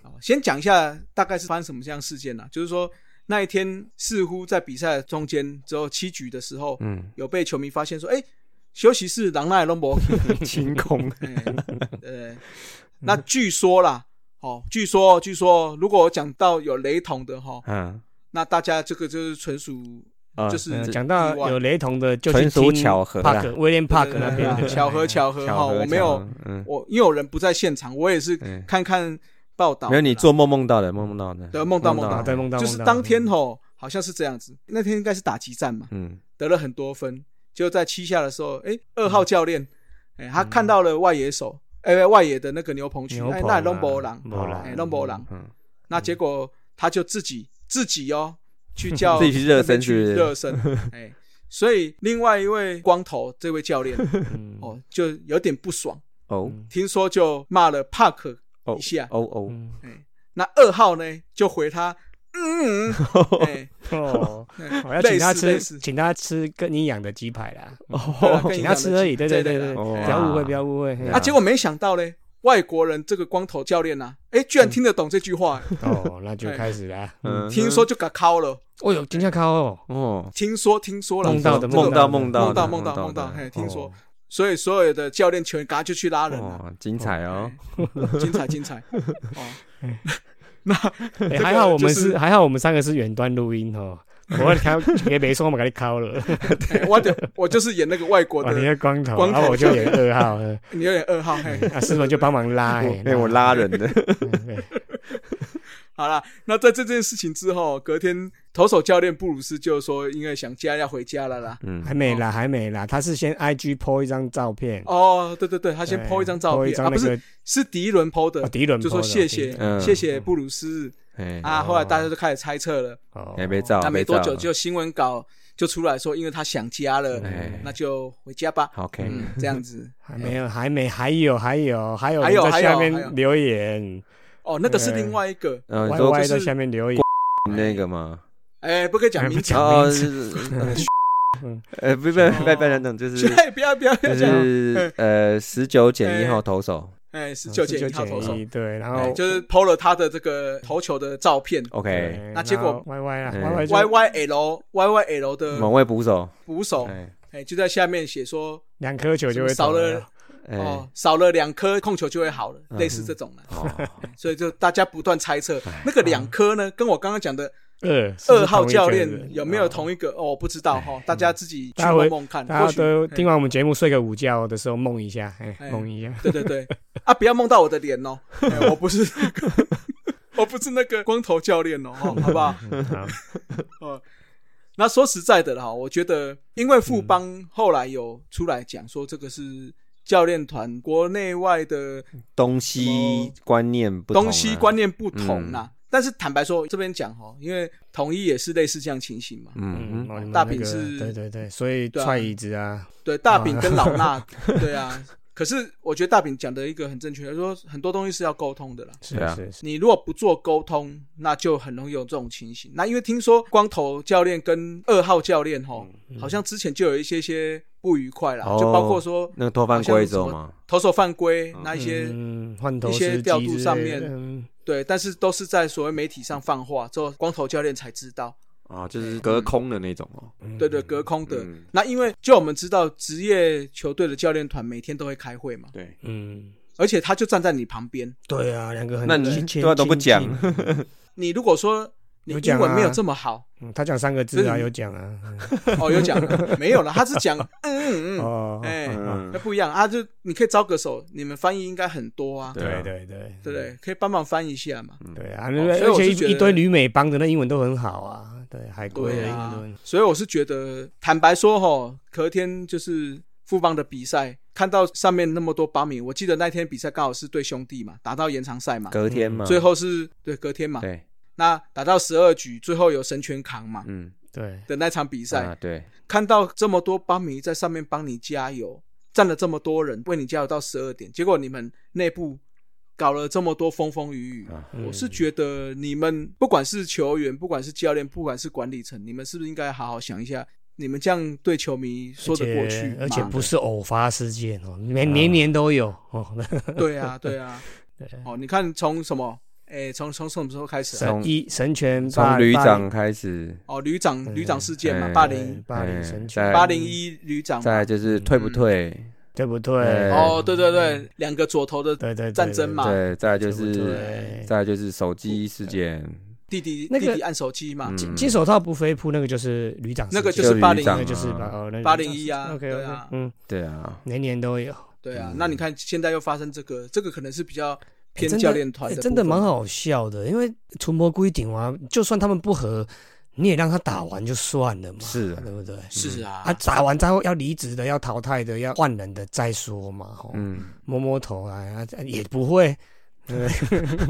Speaker 1: 啊，先讲一下大概是发生什么样的事件呢、就是说那一天似乎在比赛中间只有七局的时候， *laughs*
Speaker 3: 嗯，
Speaker 1: 有被球迷发现说，哎、休息室狼奈龙博。 *laughs*
Speaker 3: 清空，
Speaker 1: 呃，那据说啦，哦，据说据说，如果我讲到有雷同的哈、
Speaker 3: 嗯，啊那
Speaker 1: 那大家这个就是纯属 *laughs* 就是
Speaker 2: 呃
Speaker 1: 这
Speaker 2: 讲到有雷同的，就
Speaker 3: 纯
Speaker 2: 去
Speaker 3: 属
Speaker 2: 听
Speaker 3: 巧合啊啦
Speaker 2: 帕克威廉帕克那边
Speaker 1: 对对
Speaker 2: 的
Speaker 1: 对呃巧 *laughs* 合巧合哈，我没有，
Speaker 3: 嗯，
Speaker 1: 我因为我人不在现场，我也是
Speaker 2: 嗯
Speaker 3: 对
Speaker 1: 看看报道，
Speaker 3: 没有你做梦梦到的，梦梦到的，
Speaker 1: 对梦到梦
Speaker 2: 啊，
Speaker 1: 到
Speaker 2: 对梦到
Speaker 1: 就是
Speaker 2: 梦到
Speaker 1: 当天吼好像是这样子，那天应该是打击战嘛，
Speaker 3: 嗯，
Speaker 1: 得了很多分，就在七下的时候，哎，二
Speaker 3: 嗯
Speaker 1: 号教练，哎，他看到了外野手，哎，外野的那个牛棚区，
Speaker 2: 牛
Speaker 1: 哎，
Speaker 2: 棚
Speaker 1: 那
Speaker 2: 啊
Speaker 1: 龙博狼，
Speaker 2: 没人
Speaker 1: 哎，龙博狼。
Speaker 3: 嗯，
Speaker 1: 那结果他就自己自己哦，
Speaker 3: *laughs*
Speaker 1: 去叫
Speaker 3: 自己去热身
Speaker 1: 去
Speaker 3: 是不是
Speaker 1: 热身，
Speaker 3: *laughs*
Speaker 1: 哎，所以另外一位光头这位
Speaker 3: *laughs*
Speaker 1: 教练
Speaker 2: 嗯
Speaker 1: 哦，就有点不爽，
Speaker 3: 哦
Speaker 1: 听说就骂了帕克
Speaker 3: 哦
Speaker 1: 一下，
Speaker 3: 哦哦，
Speaker 1: *laughs*
Speaker 2: 嗯
Speaker 1: 那二号呢就回他，嗯，
Speaker 3: *laughs*
Speaker 1: 哎，
Speaker 2: 哦，
Speaker 1: 哎
Speaker 2: *laughs* 我要请他
Speaker 1: 类
Speaker 2: 吃
Speaker 1: 似类似，
Speaker 2: 请他吃跟你养的鸡排啦，
Speaker 1: 对啊跟
Speaker 2: 请
Speaker 1: 你
Speaker 2: 他
Speaker 1: 讲的
Speaker 2: 吃而已，对对
Speaker 1: 这一类
Speaker 2: 对
Speaker 1: 的
Speaker 2: 对，
Speaker 3: 哦
Speaker 2: 不要误会不要误会，嘿
Speaker 1: 啊啊，结果没想到嘞，外国人这个光头教练呐、诶哎、居然听得懂这哎句话、诶
Speaker 2: 哦，那就开
Speaker 1: *laughs*
Speaker 2: 始啦。嗯，
Speaker 3: 嗯，
Speaker 1: 听说就嘎靠了，
Speaker 2: 哦哟，金价高哦，
Speaker 3: 哦，
Speaker 1: 听说听说了，
Speaker 2: 梦到的
Speaker 1: 这个
Speaker 3: 梦到梦
Speaker 2: 到
Speaker 1: 梦
Speaker 3: 到
Speaker 1: 到
Speaker 3: 的
Speaker 1: 梦到梦
Speaker 3: 的
Speaker 1: 到，嘿，听说 *laughs*
Speaker 2: 哦，
Speaker 1: 所以所有的教练球员嘎就去拉人啊了，
Speaker 3: 哇，精彩哦！
Speaker 1: 嘿精彩精彩，哦，
Speaker 2: 哎
Speaker 1: 这个
Speaker 2: 还好我
Speaker 1: 就
Speaker 2: 们
Speaker 1: 是是
Speaker 2: 还好我们三个是远端录音哦。我看也没说，我们给你敲了。
Speaker 1: 嘿我就 *laughs* 我就是演那个外国
Speaker 2: 哇，哦你
Speaker 1: 的，
Speaker 2: 是光头，
Speaker 1: 光头
Speaker 2: 然后我就演二号，
Speaker 1: *laughs*
Speaker 2: 呃
Speaker 1: 你有点二号，嘿，
Speaker 2: 啊，师傅就帮忙
Speaker 1: *laughs*
Speaker 2: 拉。哎
Speaker 3: 被我拉人的，
Speaker 2: 嗯对
Speaker 1: 好啦，那在这件事情之后，隔天投手教练布鲁斯就说，因为想家要回家了啦。 *laughs*
Speaker 3: 嗯，
Speaker 2: 还没啦，还没啦，他是先 I G po 一张照片，哎
Speaker 1: 哦，对对对，他
Speaker 2: 他
Speaker 1: 先 po 一张照片啊，不
Speaker 2: 那
Speaker 1: 是
Speaker 2: 个
Speaker 1: 是第一轮 po
Speaker 2: 哦
Speaker 1: 的，
Speaker 2: 迪伦 po 的，
Speaker 1: 就说谢
Speaker 2: 迪
Speaker 1: 谢
Speaker 2: 伦
Speaker 3: 嗯
Speaker 1: 谢谢布鲁斯
Speaker 3: 哎，
Speaker 1: 啊。后来大家就开始猜测了，
Speaker 2: 哦
Speaker 3: 哎，没照，
Speaker 1: 那没
Speaker 3: 没
Speaker 1: 多
Speaker 3: 照
Speaker 1: 久就新闻稿就出来说，因为他想家了，
Speaker 3: 哎
Speaker 1: 呃那就回家吧。
Speaker 3: 好 OK，
Speaker 1: 嗯，这样子。
Speaker 2: 还没有，还没，还有，还有，还有
Speaker 1: 还有
Speaker 2: 人在下
Speaker 1: 还有还有
Speaker 2: 面留言，
Speaker 1: 哦，那个是另外一个，
Speaker 3: 呃，你
Speaker 2: 歪
Speaker 3: 说
Speaker 2: 歪在
Speaker 1: 是
Speaker 2: 下面留言，
Speaker 3: 那个嘛，
Speaker 1: 哎，不可以讲
Speaker 2: 哎
Speaker 1: 名
Speaker 2: 不
Speaker 1: 字
Speaker 2: 讲，
Speaker 3: 哦，
Speaker 2: 名
Speaker 3: 是
Speaker 1: *laughs*
Speaker 3: *laughs* 是呃，不不不不不，等等，就是
Speaker 1: 哎， *laughs* 不要不要不要
Speaker 3: 就
Speaker 1: 讲，嗯
Speaker 3: 是呃，十九减一号投手
Speaker 1: 哎，十
Speaker 3: 哦
Speaker 1: 九减一号投手，
Speaker 2: 一，对，然
Speaker 1: 哎
Speaker 2: 后
Speaker 1: 就是 PO 了他的这个投球的照片。
Speaker 3: 哦，OK，
Speaker 1: 那结果
Speaker 2: 哎歪歪啊，
Speaker 3: 哎
Speaker 2: 歪
Speaker 1: Y
Speaker 2: 歪就
Speaker 1: Y L Y Y L
Speaker 3: 某
Speaker 1: 的
Speaker 3: 位捕手，
Speaker 1: 捕手，
Speaker 3: 哎
Speaker 1: 哎，就在下面写说，
Speaker 2: 两颗球就会
Speaker 1: 少
Speaker 2: 倒啊
Speaker 1: 了，
Speaker 3: 哎
Speaker 1: 哦，，少了两颗控球就会好了，
Speaker 3: 嗯
Speaker 1: 类似这种的。
Speaker 3: 哦
Speaker 1: 所以就大家不断猜测，
Speaker 3: 哎
Speaker 1: 那个两颗呢，跟我刚刚讲的
Speaker 2: 二是不呃是
Speaker 1: 二号
Speaker 2: 同一个
Speaker 1: 教练
Speaker 2: 人
Speaker 1: 有没有
Speaker 2: 哦
Speaker 1: 同一个？哦，我不知道哈，大
Speaker 2: 嗯
Speaker 1: 家自己去
Speaker 2: 大家会
Speaker 1: 梦梦看，
Speaker 2: 哦大
Speaker 1: 或
Speaker 2: 家
Speaker 1: 许
Speaker 2: 都
Speaker 1: 哎
Speaker 2: 听完我们节目睡个午觉的时候梦一下，
Speaker 1: 哎
Speaker 2: 哎，梦一下，
Speaker 1: 对对
Speaker 2: *laughs*
Speaker 1: 对，啊，不要梦到我的脸哦，哎我不是那个，我不是那个光头教练哦，哦好不好？ *laughs*
Speaker 2: 嗯好，
Speaker 1: 那说实在的啦，我觉得因为富
Speaker 2: 嗯
Speaker 1: 邦后来有出来讲说这个是教练团国内外的
Speaker 3: 东西观念不同啊
Speaker 1: 东西观，念不同
Speaker 2: 嗯
Speaker 1: 啦。但是坦白说，这边讲哦，因为统一也是类似这样情形嘛。
Speaker 2: 嗯，
Speaker 3: 嗯嗯，
Speaker 2: 哦你们
Speaker 1: 大
Speaker 2: 那
Speaker 1: 饼
Speaker 2: 个
Speaker 1: 是
Speaker 2: 对对对，所以
Speaker 1: 对啊
Speaker 2: 踹椅子啊，
Speaker 1: 对，大饼跟老
Speaker 2: *laughs*
Speaker 1: 衲，对啊。可是我觉得大饼讲的一个很正确，就是说很多东西是要沟通的啦。
Speaker 2: 是
Speaker 3: 对啊
Speaker 2: 是是，
Speaker 1: 你如果不做沟通，那就很容易有这种情形。那因为听说光头教练跟二号教练吼，好像之前就有一些些不愉快啦，
Speaker 3: 哦
Speaker 1: 就包括说
Speaker 3: 那个多犯规则嘛，
Speaker 1: 投手犯规那一些，
Speaker 2: 嗯换头
Speaker 1: 一些
Speaker 2: 司机
Speaker 1: 调度
Speaker 2: 之类
Speaker 1: 上
Speaker 2: 的
Speaker 1: 面
Speaker 2: 嗯
Speaker 1: 对，但是都是在所谓媒体上放话之后，光头教练才知道，
Speaker 3: 啊，就是隔
Speaker 1: 嗯
Speaker 3: 空的那种哦，
Speaker 1: 对对，隔空的。
Speaker 3: 嗯
Speaker 1: 那因为就我们知道，职业球队的教练团每天都会开会嘛，
Speaker 3: 对，
Speaker 2: 嗯，
Speaker 1: 而且他就站在你旁边。
Speaker 2: 对啊，两个很
Speaker 3: 那你
Speaker 2: 亲切
Speaker 3: 对啊都不讲，
Speaker 2: 亲近
Speaker 1: 你如果说你
Speaker 2: 有
Speaker 1: 英
Speaker 2: 讲
Speaker 1: 文
Speaker 2: 啊
Speaker 1: 没有这么
Speaker 2: *laughs*
Speaker 1: 好，
Speaker 2: 嗯他讲三个字
Speaker 1: 这
Speaker 2: 啊，
Speaker 1: 是
Speaker 2: 有讲啊，
Speaker 1: 哦，有讲了没有了，他是讲嗯嗯嗯，
Speaker 2: 哦，
Speaker 1: 哎
Speaker 2: 哦
Speaker 1: 那不一样啊，就你可以招个手，你们翻译应该很多啊，
Speaker 3: 对啊
Speaker 2: 对对对
Speaker 1: 对不对？可以帮忙翻译一下嘛。
Speaker 2: 对啊，
Speaker 1: 哦所以
Speaker 2: 而
Speaker 1: 我
Speaker 2: 且
Speaker 1: 是觉得
Speaker 2: 一一堆旅美帮的那英文都很好啊，对，海归
Speaker 1: 对
Speaker 2: 的英文都
Speaker 1: 啊
Speaker 2: 很，
Speaker 1: 所以我是觉得，坦白说吼，隔天就是富邦的比赛，看到上面那么多八米，我记得那天比赛刚好是对兄弟嘛，打到延长赛嘛，
Speaker 3: 隔天嘛，
Speaker 1: 嗯最后是对隔天嘛，
Speaker 3: 嗯对，
Speaker 1: 那打到十二局，最后有神拳扛嘛
Speaker 3: 嗯，
Speaker 2: 对，
Speaker 1: 的那场比赛，
Speaker 3: 啊对，
Speaker 1: 看到这么多八米在上面帮你加油，站了这么多人为你加油到十二点，结果你们内部搞了这么多风风雨雨。
Speaker 3: 啊
Speaker 2: 嗯
Speaker 1: 我是觉得你们不管是球员，不管是教练，不管是管理层，你们是不是应该好好想一下，你们这样对球迷说得过去吗
Speaker 2: 而且而且不是偶发事件哦，每年年都有哦，
Speaker 1: 对啊，对啊。
Speaker 2: 对
Speaker 1: 哦，你看从什么？哎，从从什么时候开始、啊？
Speaker 2: *laughs* 神一神拳霸
Speaker 3: 从旅长开始，
Speaker 1: 哦，旅长旅长事件嘛，
Speaker 3: 哎
Speaker 1: 霸凌
Speaker 2: 霸凌
Speaker 3: 哎
Speaker 2: 神
Speaker 3: 哎
Speaker 2: 拳
Speaker 1: 八零一旅长
Speaker 3: 再
Speaker 1: 嘛
Speaker 3: 来。就是退不退，
Speaker 2: 对不对？
Speaker 3: 哎
Speaker 1: 哦，对对对，两个左投的
Speaker 2: 对对对
Speaker 1: 战争嘛
Speaker 3: 对，再来就
Speaker 2: 对不
Speaker 3: 是
Speaker 2: 对
Speaker 3: 再来就是手机事件，
Speaker 1: 弟弟
Speaker 2: 那
Speaker 1: 弟
Speaker 2: 个
Speaker 1: 弟按手机嘛
Speaker 3: 嗯，
Speaker 2: 金手套不飞扑那个就是旅长事件，
Speaker 1: 那个就
Speaker 3: 就是是
Speaker 1: 八
Speaker 3: 旅
Speaker 1: 零
Speaker 2: 那
Speaker 3: 长
Speaker 2: 个就是吧哦，那个
Speaker 1: 八零一啊
Speaker 2: ，OK
Speaker 1: 对
Speaker 2: OK，
Speaker 1: 啊
Speaker 2: 嗯，
Speaker 3: 对啊，
Speaker 2: 年年都有。
Speaker 1: 对啊。那你看现在又发生这个，这个可能是比较偏
Speaker 2: 哎真的
Speaker 1: 教练团
Speaker 2: 欸
Speaker 1: 的部分，
Speaker 2: 真的蛮好笑的，因为除魔规定啊，就算他们不和，你也让他打完就算了嘛，
Speaker 3: 是啊
Speaker 2: 对不对？
Speaker 1: 是啊
Speaker 2: 啊，，打完之后要离职的、要淘汰的、要换人的再说嘛，吼
Speaker 3: 嗯，
Speaker 2: 摸摸头啊，啊也不会，对不对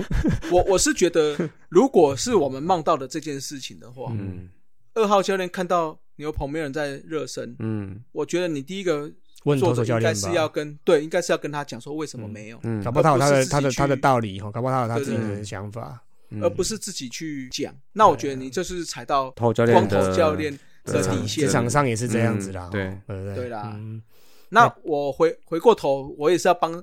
Speaker 1: 我我是觉
Speaker 2: *laughs*
Speaker 1: 得，如果是我们梦到的这件事情的话，
Speaker 3: 嗯
Speaker 1: 二号教练看到牛棚没有人在热身，
Speaker 3: 嗯
Speaker 1: 我觉得你第一个
Speaker 2: 问
Speaker 1: 做的
Speaker 2: 投手教
Speaker 1: 应
Speaker 2: 练
Speaker 1: 该是要
Speaker 2: 吧。
Speaker 1: 跟对，应该是要跟他讲说为什么没有，
Speaker 3: 嗯
Speaker 2: 搞不好他
Speaker 1: 而不
Speaker 2: 有
Speaker 1: 是
Speaker 2: 他
Speaker 1: 自
Speaker 2: 的他的
Speaker 1: 己去
Speaker 2: 他的道理吼，搞不好他有他自己
Speaker 1: 对
Speaker 2: 的
Speaker 3: 对
Speaker 2: 想法。
Speaker 3: 嗯
Speaker 1: 而不是自己去讲。那我觉得你就是踩到
Speaker 3: 头教
Speaker 1: 光
Speaker 3: 练
Speaker 1: 头
Speaker 3: 的
Speaker 1: 教练的
Speaker 2: 职场
Speaker 1: 底线
Speaker 2: 职。场上也是这样子啦，
Speaker 3: 啊
Speaker 2: 哦
Speaker 3: 嗯
Speaker 2: 吼
Speaker 3: 对
Speaker 2: 对不对？
Speaker 1: 对啦
Speaker 3: 哎
Speaker 2: 嗯
Speaker 1: 那我回回过头，我也是要帮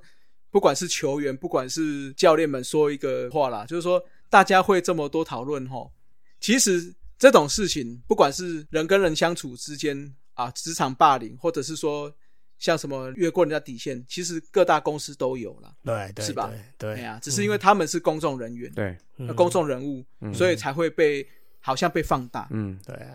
Speaker 1: 不管是球员，不管是教练们说一个话啦，就是说大家会这么多讨论吼，其实这种事情，不管是人跟人相处之间啊，职场霸凌，或者是说像什么越过人家底线，其实各大公司都有啦。
Speaker 2: 对对
Speaker 1: 是吧？
Speaker 2: 对嗯
Speaker 1: 哎
Speaker 2: 对
Speaker 1: 呀、只是因为他们是公众人员、
Speaker 3: 嗯对，嗯
Speaker 1: 呃公众人物，所以才会被好像被放大。
Speaker 3: 嗯，
Speaker 2: 对啊，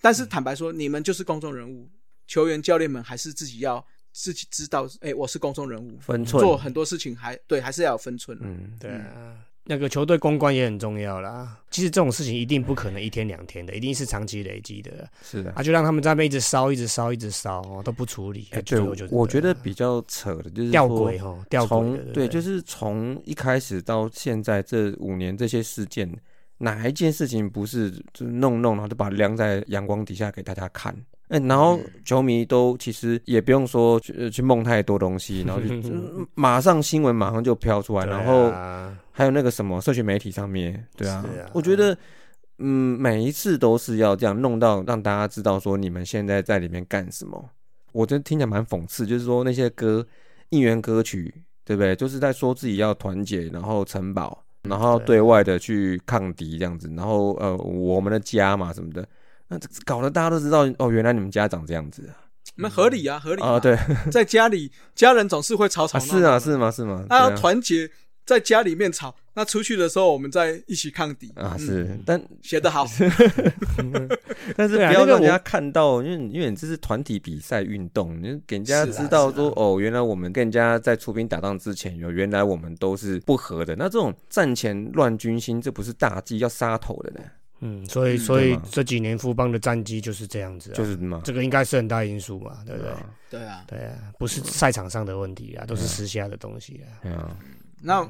Speaker 1: 但是坦白说，你们就是公众人物，球员、教练们还是自己要自己知道，哎、我是公众人物，
Speaker 3: 分寸，
Speaker 1: 做很多事情还对，还是要有分寸。
Speaker 3: 嗯，
Speaker 2: 对啊。那个球队公关也很重要啦。其实这种事情一定不可能一天两天的，一定是长期累积的。
Speaker 3: 是的。
Speaker 2: 啊，就让他们在那边一直烧，一直烧，一直烧，哦，都不处理。
Speaker 3: 哎，
Speaker 2: 最
Speaker 3: 对
Speaker 2: 后就，
Speaker 3: 我觉得
Speaker 2: 对啊
Speaker 3: 比较扯的就是
Speaker 2: 吊
Speaker 3: 说
Speaker 2: 诡哦，吊
Speaker 3: 从
Speaker 2: 诡的，
Speaker 3: 对，就是是从一开始到现在这五年这些事件，哪一件事情不是就是弄弄，然后就把它晾在阳光底下给大家看？哎、然后球迷都其实也不用说去呃去梦太多东西，然后就、 *laughs* 嗯马上新闻马上就飘出来，然后还有那个什么社群媒体上面，对啊，
Speaker 2: 是啊
Speaker 3: 我觉得。嗯，每一次都是要这样弄到让大家知道说你们现在在里面干什么。我真听起来蛮讽刺，就是说那些歌应援歌曲，对不对？就是在说自己要团结，然后城堡，然后
Speaker 2: 对
Speaker 3: 对外的去抗敌这样子，然后呃我们的家嘛什么的，那这搞得大家都知道哦，原来你们家长这样子
Speaker 1: 那、合理啊，合理
Speaker 3: 啊，对，
Speaker 1: 在家里，家人总是会吵吵
Speaker 3: 啊
Speaker 1: 闹闹
Speaker 3: 是
Speaker 1: 的
Speaker 3: 啊是吗是吗？对
Speaker 1: 那
Speaker 3: 啊
Speaker 1: 要团结在家里面吵，那出去的时候我们再一起抗敌
Speaker 3: 啊
Speaker 1: 嗯
Speaker 3: 是，但
Speaker 1: 写得
Speaker 3: *laughs*
Speaker 1: 好，
Speaker 3: 但是不
Speaker 2: 对啊那
Speaker 3: 要
Speaker 2: 个
Speaker 3: 让人
Speaker 2: 我
Speaker 3: 家看到，因为因为你这是团体比赛运动，你给人家
Speaker 2: 是啊
Speaker 3: 知道
Speaker 2: 是啊
Speaker 3: 说哦，原来我们跟人家在出兵打仗之前，有原来我们都是不和的。那这种战前乱军心，这不是大忌，要杀头的呢，
Speaker 2: 嗯，所以
Speaker 1: 嗯
Speaker 2: 所
Speaker 3: 对
Speaker 2: 以
Speaker 3: 嘛
Speaker 2: 这几年富邦的战绩就是这样子啊，
Speaker 3: 就是嘛，
Speaker 2: 这个应该是很大因素嘛，对不对？
Speaker 3: 啊
Speaker 1: 对啊。
Speaker 2: 对啊，不是赛场上的问题啊，都是私下的东西啊。
Speaker 3: 对啊，
Speaker 1: 那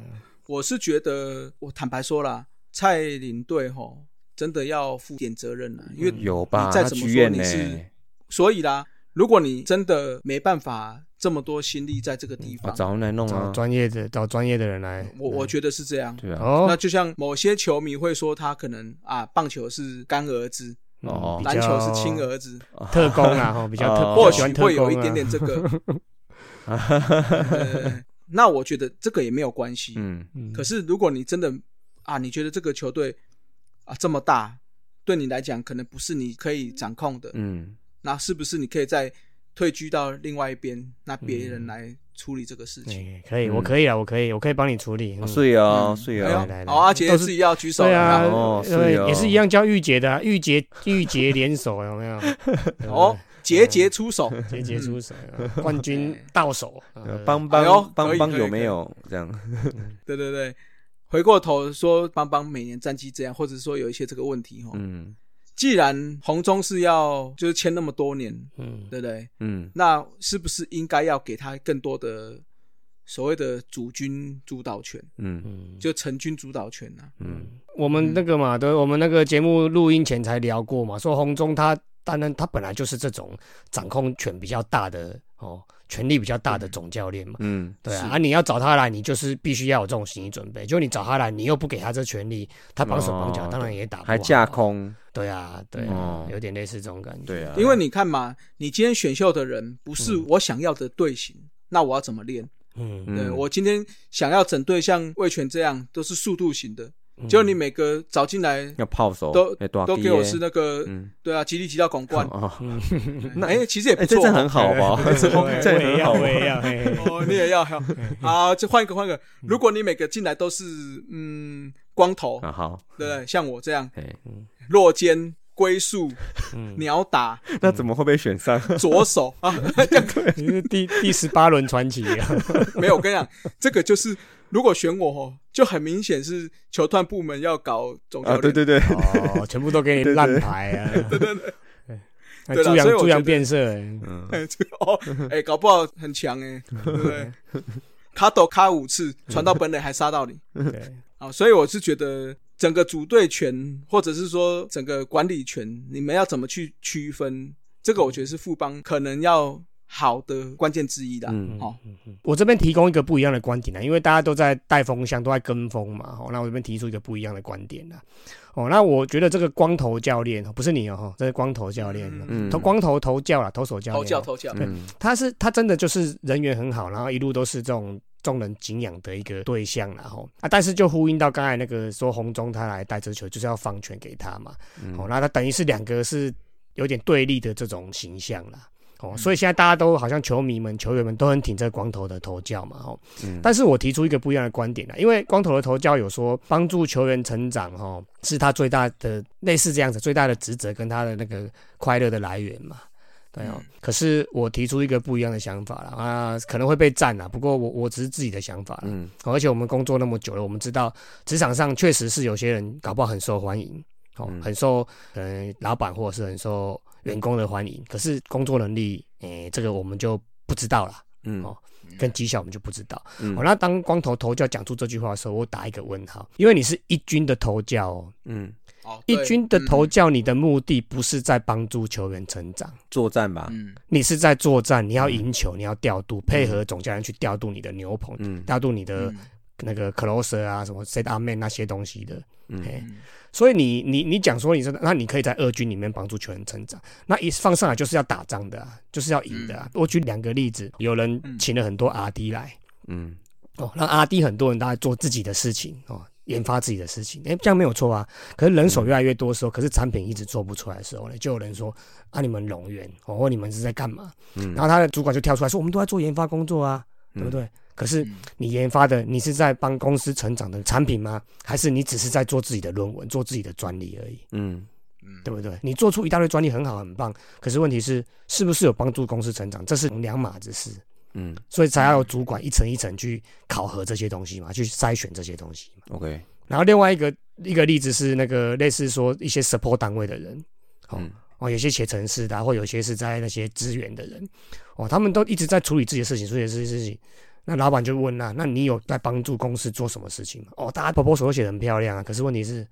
Speaker 1: 我是觉得，我坦白说啦，蔡领队吼真的要负点责任了，因为
Speaker 3: 嗯有吧？
Speaker 1: 你再
Speaker 3: 他
Speaker 1: 怎么
Speaker 3: 剧
Speaker 1: 说
Speaker 3: 院
Speaker 1: 你
Speaker 3: 呢？
Speaker 1: 是所以啦，如果你真的没办法这么多心力在这个地
Speaker 3: 啊，
Speaker 1: 方，
Speaker 3: 找人来弄
Speaker 2: 找
Speaker 3: 啊，
Speaker 2: 专业的找专业的人来，
Speaker 1: 嗯我
Speaker 3: 嗯
Speaker 1: 我觉得是这样。
Speaker 3: 对啊，
Speaker 2: 哦
Speaker 1: 那就像某些球迷会说，他可能啊，棒球是干儿子，
Speaker 3: 哦
Speaker 2: 嗯比
Speaker 1: 篮球
Speaker 2: 较
Speaker 1: 是亲儿子，
Speaker 2: 特工
Speaker 3: *laughs*
Speaker 2: 啊，哈，比较特
Speaker 3: 哦
Speaker 2: 比较
Speaker 1: 或
Speaker 2: 喜
Speaker 1: 许
Speaker 2: 欢特
Speaker 1: 会有一
Speaker 2: 工啊
Speaker 1: 点点这
Speaker 2: *laughs*
Speaker 1: 个。呃那我觉得这个也没有关系。
Speaker 3: 嗯，
Speaker 2: 嗯
Speaker 1: 可是如果你真的啊，你觉得这个球队啊这么大，对你来讲可能不是你可以掌控的，
Speaker 3: 嗯，
Speaker 1: 那是不是你可以再退居到另外一边，那别
Speaker 2: 嗯
Speaker 1: 人来处理这个事情？
Speaker 2: 哎可以，
Speaker 3: 嗯
Speaker 2: 我可以啊，我可以，我可以帮你处理。嗯
Speaker 3: 睡啊
Speaker 1: 嗯
Speaker 3: 睡
Speaker 1: 哎呦
Speaker 3: 啊，
Speaker 2: 哦来来
Speaker 1: 好，阿杰
Speaker 2: 都是
Speaker 1: 自己要举手
Speaker 2: 对啊，
Speaker 1: 了。
Speaker 3: 哦是
Speaker 2: 对，
Speaker 3: 哦
Speaker 2: 也是一样叫玉洁的啊，玉洁玉洁联手有没
Speaker 1: *laughs*
Speaker 2: 有？
Speaker 1: 哦，节
Speaker 2: 嗯
Speaker 1: 节出手，
Speaker 2: 节节出手，有没有冠军到手，啊
Speaker 3: 嗯呃帮
Speaker 1: 哎呦
Speaker 3: 帮
Speaker 1: 可
Speaker 3: 帮
Speaker 1: 以
Speaker 3: 帮
Speaker 1: 可以可以
Speaker 3: 有
Speaker 1: 哦
Speaker 3: 没有这样？
Speaker 1: 对对对，回过头说邦邦每年战绩这样，或者说有一些这个问题哈。
Speaker 3: 嗯
Speaker 1: 既然红中是要就是签那么多年，
Speaker 2: 嗯，
Speaker 1: 对不对？
Speaker 3: 嗯，
Speaker 1: 那是不是应该要给他更多的所谓的主军主导权，
Speaker 3: 嗯
Speaker 1: 就成军主导权啊呢、
Speaker 3: 嗯，
Speaker 2: 我们那个嘛，对，我们那个节目录音前才聊过嘛，说红中他当然他本来就是这种掌控权比较大的哦，权力比较大的总教练嘛。
Speaker 3: 嗯，
Speaker 2: 对啊，
Speaker 1: 是
Speaker 2: 啊你要找他来，你就是必须要有这种心理准备。就你找他来，你又不给他这权利，他绑手绑脚，
Speaker 3: 哦
Speaker 2: 当然也打不
Speaker 3: 还
Speaker 2: 好
Speaker 3: 架。空，
Speaker 2: 对啊，对啊
Speaker 3: 哦，
Speaker 2: 有点类似这种感觉。
Speaker 3: 对啊，
Speaker 1: 因为你看嘛，你今天选秀的人不是我想要的队形，那我要怎么练？
Speaker 2: 嗯，
Speaker 3: 嗯
Speaker 1: 对我今天想要整队像魏权这样都是速度型的，
Speaker 2: 嗯
Speaker 1: 结果你每个找进来
Speaker 3: 要炮手
Speaker 1: 都
Speaker 3: 要哎大
Speaker 1: 都
Speaker 3: 支
Speaker 1: 给我
Speaker 3: 的
Speaker 1: 是那个，
Speaker 3: 嗯，
Speaker 1: 对啊，吉利吉到广冠，
Speaker 3: 哦，
Speaker 1: 那哎其实也
Speaker 3: *laughs*
Speaker 1: 不
Speaker 3: 哎，这
Speaker 1: 错
Speaker 3: 这很好吧？ *laughs* 这
Speaker 2: 我也
Speaker 3: 很
Speaker 2: 要，哎
Speaker 3: 好
Speaker 2: 我也
Speaker 3: 吧？
Speaker 2: 要。嘿嘿嘿
Speaker 1: 哦，你也
Speaker 3: *laughs*
Speaker 1: 要好，好就换一个换一个。
Speaker 3: 嗯
Speaker 1: 如果你每个进来都是嗯光头，
Speaker 3: *laughs* 啊好，
Speaker 1: 对不对？像我这样
Speaker 3: 哎，
Speaker 1: 落肩。龟速、
Speaker 2: 嗯
Speaker 1: 鸟打、
Speaker 3: 那怎么会被选上？
Speaker 1: 左手 *laughs* 啊，
Speaker 2: *laughs* 你是第第十八轮传奇啊！
Speaker 1: 没有，我跟你讲，这个就是如果选我哦，就很明显是球团部门要搞总教
Speaker 3: 啊，
Speaker 1: 练，
Speaker 3: 对对对，
Speaker 2: 哦，全部都给你烂牌啊！对对
Speaker 1: *laughs* 对
Speaker 2: 对
Speaker 1: 啦
Speaker 2: 猪羊
Speaker 1: 所以我
Speaker 2: 猪
Speaker 1: 觉
Speaker 2: 羊
Speaker 1: 得
Speaker 2: 变色欸，
Speaker 3: 嗯，
Speaker 1: 哎，这个 *laughs* 哦，哎，搞不好很强哎，对不
Speaker 3: *laughs*
Speaker 1: 对？卡斗卡五次，传到本垒还杀到你
Speaker 2: 对，
Speaker 1: 啊！所以我是觉得整个组队权，或者是说整个管理权，你们要怎么去区分？这个我觉得是富邦可能要好的关键之一
Speaker 2: 啊
Speaker 1: 的。
Speaker 3: 嗯
Speaker 1: 哦，
Speaker 2: 我这边提供一个不一样的观点啊呢，因为大家都在带风向，都在跟风嘛。哦，那我这边提出一个不一样的观点啦。哦，那我觉得这个光头教练哦不是你哦，吼这是光头教练，
Speaker 1: 嗯
Speaker 2: 头光头头教啦，投手教练，
Speaker 1: 投教投教，
Speaker 3: 嗯
Speaker 2: 他是他真的就是人缘很好，然后一路都是这种众人敬仰的一个对象然后啊，但是就呼应到刚才那个说红中他来带这球就是要放权给他嘛，
Speaker 3: 嗯
Speaker 2: 哦，那他等于是两个是有点对立的这种形象啦。哦，所以现在大家都好像球迷们、球员们都很挺这个光头的头教嘛，哦，
Speaker 3: 嗯
Speaker 2: 但是我提出一个不一样的观点啦，因为光头的头教有说帮助球员成长，哦，是他最大的类似这样子最大的职责跟他的那个快乐的来源嘛。对哦，可是我提出一个不一样的想法啦，啊，可能会被赞啦。不过我我只是自己的想法啦，
Speaker 3: 嗯
Speaker 2: 哦而且我们工作那么久了，我们知道职场上确实是有些人搞不好很受欢迎，哦，
Speaker 3: 嗯
Speaker 2: 很受可能老板或者是很受员工的欢迎，可是工作能力，诶、这个我们就不知道啦，
Speaker 3: 嗯
Speaker 2: 哦跟绩效我们就不知道。
Speaker 3: 嗯
Speaker 2: 哦，那当光头头教讲出这句话的时候，我打一个问号，因为你是一军的头教、哦，
Speaker 3: 嗯，
Speaker 1: 哦，
Speaker 2: 一
Speaker 1: 对
Speaker 2: 军的头，
Speaker 1: 嗯
Speaker 2: 教，你的目的不是在帮助球员成长。
Speaker 3: 作战吧，
Speaker 1: 嗯，
Speaker 2: 你是在作战，你要
Speaker 3: 嗯
Speaker 2: 赢球，你要调度，配合总教练去调度你的牛棚，
Speaker 3: 嗯
Speaker 2: 调度你的
Speaker 1: 嗯
Speaker 2: 那个 closer 啊，什么 set up man 那些东西的。
Speaker 3: 嗯
Speaker 2: 嘿
Speaker 1: 嗯
Speaker 2: 所以你你你讲说你是，那你可以在二军里面帮助球员成长。那一放上来就是要打仗的、啊，就是要赢的、啊。我举两个例子，有人请了很多 RD 来，
Speaker 3: 嗯
Speaker 2: 哦，让 RD 很多人大家做自己的事情哦。研发自己的事情，哎、这样没有错啊。可是人手越来越多的时候，可是产品一直做不出来的时候呢，就有人说啊，你们冗员哦，或你们是在干嘛？
Speaker 3: 嗯，
Speaker 2: 然后他的主管就跳出来说：“我们都在做研发工作啊，对不对？”可是
Speaker 3: 嗯
Speaker 2: 你研发的，你是在帮公司成长的产品吗？还是你只是在做自己的论文、做自己的专利而已，
Speaker 3: 嗯
Speaker 1: 嗯
Speaker 2: 对不对？你做出一大堆专利很好、很棒，可是问题是，是不是有帮助公司成长？这是两码子事，
Speaker 3: 嗯
Speaker 2: 所以才要有主管一层一层去考核这些东西嘛，去筛选这些东西嘛。
Speaker 3: ，OK，
Speaker 2: 然后另外一个一个例子是那个类似说一些 support 单位的人，哦，
Speaker 3: 嗯
Speaker 2: 哦，有些写程式的、啊，或有些是在那些资源的人，哦，他们都一直在处理自己的事情，处理自己的事情。那老板就问啦、那你有在帮助公司做什么事情吗？哦，大家 proposal 都写的很漂亮啊，可是问题是，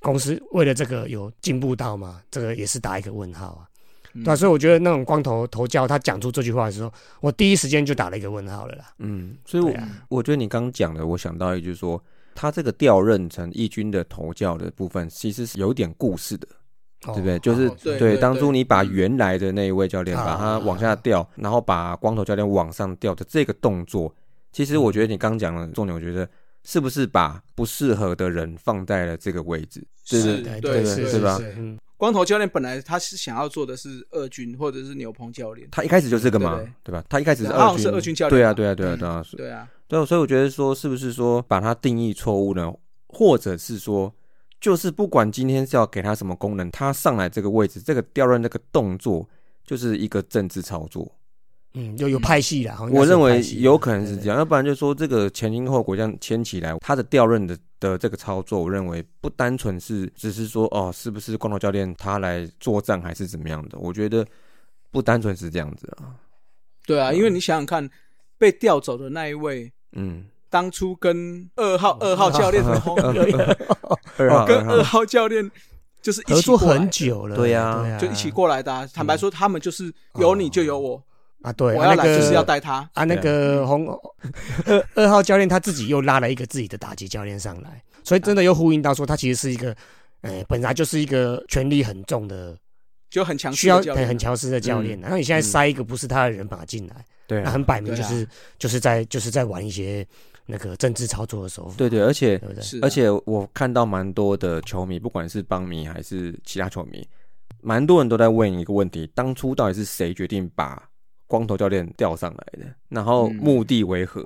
Speaker 2: 公司为了这个有进步到吗？这个也是打一个问号啊。
Speaker 1: 嗯
Speaker 2: 对啊、所以我觉得那种光头头教他讲出这句话的时候，我第一时间就打了一个问号了啦。
Speaker 3: 嗯，所以我
Speaker 2: 对啊
Speaker 3: 我觉得你刚讲的，我想到一句说，他这个调任成义军的头教的部分，其实是有点故事的，
Speaker 2: 哦、
Speaker 3: 对不对？就是
Speaker 1: 哦对
Speaker 3: 对，
Speaker 1: 对
Speaker 3: 当初
Speaker 1: 对
Speaker 3: 你把
Speaker 1: 嗯
Speaker 3: 原来的那一位教练
Speaker 2: 啊
Speaker 3: 把他往下调，然后把光头教练往上调的这个动作，其实
Speaker 1: 嗯
Speaker 3: 我觉得你刚讲的重点，我觉得是不是把不适合的人放在了这个位置？对
Speaker 1: 是
Speaker 2: 对
Speaker 3: 对
Speaker 1: 对
Speaker 2: 是
Speaker 1: 对
Speaker 2: 是
Speaker 3: 吧
Speaker 2: 是嗯，
Speaker 1: 光头教练本来他是想要做的是二军或者是牛棚教练，
Speaker 3: 他一开始就是这个嘛，
Speaker 1: 对
Speaker 3: 对吧？他一开始是
Speaker 1: 他好像
Speaker 3: 二军，
Speaker 1: 是二军教练
Speaker 3: 对啊，
Speaker 1: 嘛
Speaker 3: 对啊，对啊，对啊，
Speaker 1: 对啊，
Speaker 3: 对啊，所以我觉得说，是不是说把它定义错误呢？或者是说，就是不管今天是要给他什么功能，他上来这个位置，这个调任这个动作，就是一个政治操作。
Speaker 2: 嗯，有有派系啦，好像
Speaker 3: 我认
Speaker 2: 是
Speaker 3: 为
Speaker 2: 派系
Speaker 3: 有可能是
Speaker 2: 对对
Speaker 3: 这样，要不然就说这个前因后果这样牵起来，他的调任的的这个操作，我认为不单纯是只是说哦，是不是光头教练他来作战还是怎么样的？我觉得不单纯是这样子啊，
Speaker 1: 对啊，因为你想想看，被调走的那一位，
Speaker 2: *laughs*
Speaker 3: 嗯，
Speaker 1: 当初跟二号二号教练 *laughs* 同
Speaker 3: 二
Speaker 2: 哦
Speaker 3: 号，
Speaker 1: 跟二
Speaker 3: 二号，
Speaker 1: 号教练就是一
Speaker 2: 合
Speaker 1: 起
Speaker 2: 作
Speaker 1: 过来
Speaker 2: 很久了，
Speaker 3: 对呀
Speaker 2: 对啊
Speaker 1: 就一起过来的啊。坦白说，他们就是有你就有我，
Speaker 2: 啊，嗯对，
Speaker 1: 我
Speaker 2: 啊
Speaker 1: 要
Speaker 2: 那
Speaker 1: 来
Speaker 2: 个
Speaker 1: 就是要带他。
Speaker 2: 啊，那个红二二号教练他自己又拉了一个自己的打击教练上来，所以真的又呼应到说他其实是一个，呃，本来就是一个权力很重的，
Speaker 1: 就很强势
Speaker 2: 需要
Speaker 1: 的教
Speaker 2: 很
Speaker 1: 练啊，
Speaker 2: 很强势的教练啊。那你现在塞一个不是他的人把他进来，
Speaker 3: 对
Speaker 2: 那
Speaker 3: 啊
Speaker 2: 很摆明就是
Speaker 1: 对
Speaker 2: 就是在就是在玩一些那个政治操作的手法，
Speaker 3: *laughs* 对对，而且
Speaker 2: 对不对？
Speaker 1: 是啊，
Speaker 3: 而且我看到蛮多的球迷，不管是邦迷还是其他球迷，蛮多人都在问一个问题：当初到底是谁决定把光头教练调上来的？然后
Speaker 1: 嗯
Speaker 3: 目的为何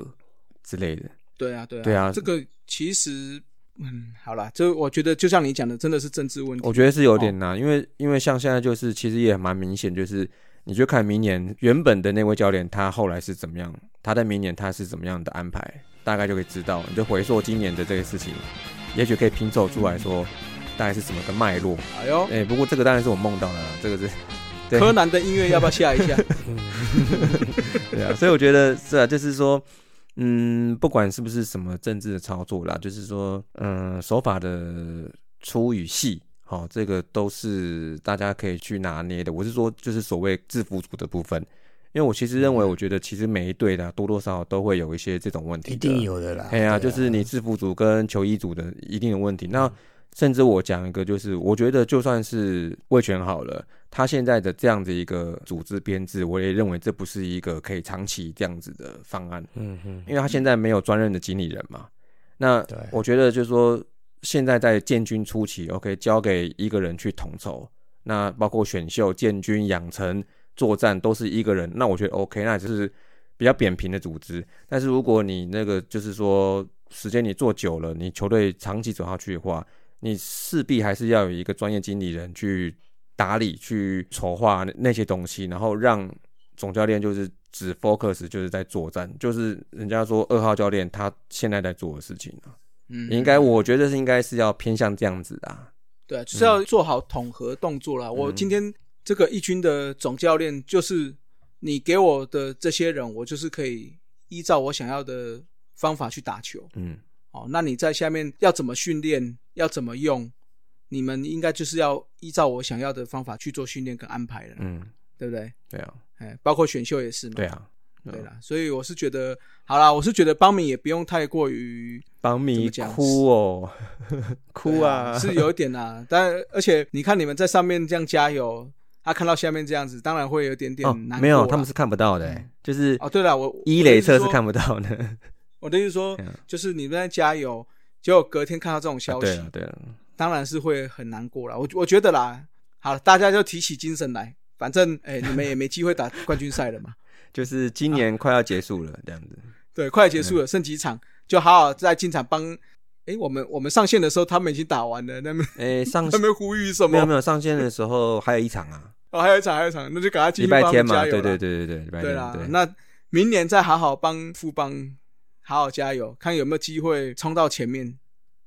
Speaker 3: 之类的？
Speaker 1: 对啊，对啊，
Speaker 3: 对啊
Speaker 1: 这个其实，嗯，好啦，这我觉得就像你讲的，真的是政治问题
Speaker 2: 哦
Speaker 3: 我。觉得是有点难，因为因为像现在就是其实也蛮明显，就是你就看明年原本的那位教练他后来是怎么样，他在明年他是怎么样的安排，大概就可以知道。你就回溯今年的这个事情，也许可以拼凑出来说大概是怎么个脉络。
Speaker 1: 哎呦，
Speaker 3: 哎、不过这个当然是我梦到的啦，这个是对
Speaker 1: 柯南的音乐要不要下一
Speaker 2: *laughs*
Speaker 1: 下？
Speaker 3: 对啊，所以我觉得是啊，就是说，嗯，不管是不是什么政治的操作啦，就是说，嗯，手法的粗与细，好、这个都是大家可以去拿捏的。我是说，就是所谓制服组的部分，因为我其实认为，我觉得其实每一队的啊、多多少少都会有一些这种问题，
Speaker 2: 一定。有的啦。
Speaker 3: 哎呀、
Speaker 2: 对啊嗯
Speaker 3: 就是你制服组跟球衣组的一定的问题。那甚至我讲一个，就是我觉得就算是魏权好了，他现在的这样的一个组织编制，我也认为这不是一个可以长期这样子的方案，
Speaker 2: 嗯嗯，
Speaker 3: 因为他现在没有专任的经理人嘛。那
Speaker 2: 对
Speaker 3: 我觉得就是说，现在在建军初期，OK，交给一个人去统筹，那包括选秀、建军、养成、作战都是一个人，那我觉得 OK，那就是比较扁平的组织。但是如果你那个就是说时间你做久了，你球队长期走下去的话，你势必还是要有一个专业经理人去打理、去筹划那些东西，然后让总教练就是只 focus 就是在作战，就是人家说二号教练他现在在做的事情啊，
Speaker 1: 嗯，
Speaker 3: 应该我觉得是应该是要偏向这样子的、啊，
Speaker 1: 对，就是要做好统合动作
Speaker 2: 嗯
Speaker 1: 啦。我今天这个一军的总教练，就是你给我的这些人，我就是可以依照我想要的方法去打球。
Speaker 3: 嗯
Speaker 1: 哦，那你在下面要怎么训练，要怎么用，你们应该就是要依照我想要的方法去做训练跟安排了，
Speaker 3: 嗯，
Speaker 1: 对不对？
Speaker 3: 对啊，
Speaker 1: 哎，包括选秀也是嘛。
Speaker 3: 对啊，
Speaker 1: 对啦，所以我是觉得，好啦，我是觉得邦米也不用太过于
Speaker 3: 帮
Speaker 1: 怎
Speaker 3: 你
Speaker 1: 么讲
Speaker 3: 哭哦， *laughs*
Speaker 1: *laughs*
Speaker 3: 哭
Speaker 1: 对
Speaker 3: 啊，
Speaker 1: 是有一点啦。但而且你看你们在上面这样加油，他、看到下面这样子，当然会有点点
Speaker 3: 哦，
Speaker 1: 难过啦、
Speaker 3: 没有，他们是看不到的、欸就是
Speaker 1: 哦，对了，我
Speaker 3: 一垒侧是
Speaker 1: 我的意思说
Speaker 3: 看不到的，
Speaker 1: 我的意思说
Speaker 3: 嗯，
Speaker 1: 就是你们在加油，结果隔天看到这种消
Speaker 3: *laughs* 啊对
Speaker 1: 息，
Speaker 3: 了对了，
Speaker 1: 当然是会很难过啦。我我觉得啦，好了，大家就提起精神来，反正哎、你们也没机会打冠军赛了嘛。 *laughs*
Speaker 3: 就是今年快要结束了这样子，
Speaker 1: 对，快结束了，剩几场，就好好在进场帮。哎，我们我们上线的时候，他们已经打完了，那么 *laughs*
Speaker 3: 哎、上
Speaker 1: 他们呼吁什
Speaker 3: *laughs* 没有
Speaker 1: 么？
Speaker 3: 没有上线的时候还有一场 *laughs* 啊，
Speaker 1: 哦，还有一场，还有一场，那就赶快继
Speaker 3: 礼
Speaker 1: 续
Speaker 3: 拜
Speaker 1: 帮他
Speaker 3: 天
Speaker 1: 们
Speaker 3: 嘛，
Speaker 1: 加油
Speaker 3: 对
Speaker 1: 啦
Speaker 3: 对对对对，礼拜
Speaker 1: 对
Speaker 3: 天
Speaker 1: 啦，
Speaker 3: 对，
Speaker 1: 那明年再好好帮富邦好好加油，看有没有机会冲到前面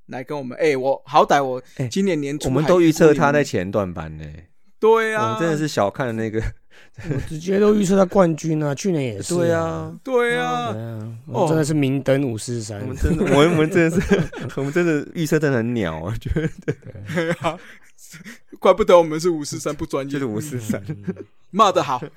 Speaker 1: 来跟我们。哎、我好歹我
Speaker 3: 哎
Speaker 1: 今年年初、
Speaker 3: 我们都预测他在。前段班呢、
Speaker 1: 对
Speaker 3: 我
Speaker 1: 啊，
Speaker 3: 们真的是小看了那个，
Speaker 2: 我直接都预测到冠军啊，去年也是、
Speaker 3: *laughs* 对啊，
Speaker 1: 对啊，
Speaker 2: 对啊，
Speaker 1: 哦
Speaker 2: 我真的是明灯五四三
Speaker 3: 我，们真的， *laughs* 我们我们真的是， *laughs* 我们真的预测真的很鸟 *laughs* 啊，觉得
Speaker 1: 对啊，怪不得我们是五四三不专业，
Speaker 3: 嗯就是嗯五
Speaker 2: 嗯
Speaker 3: 四 *laughs* 三，
Speaker 1: 骂得好。 *laughs*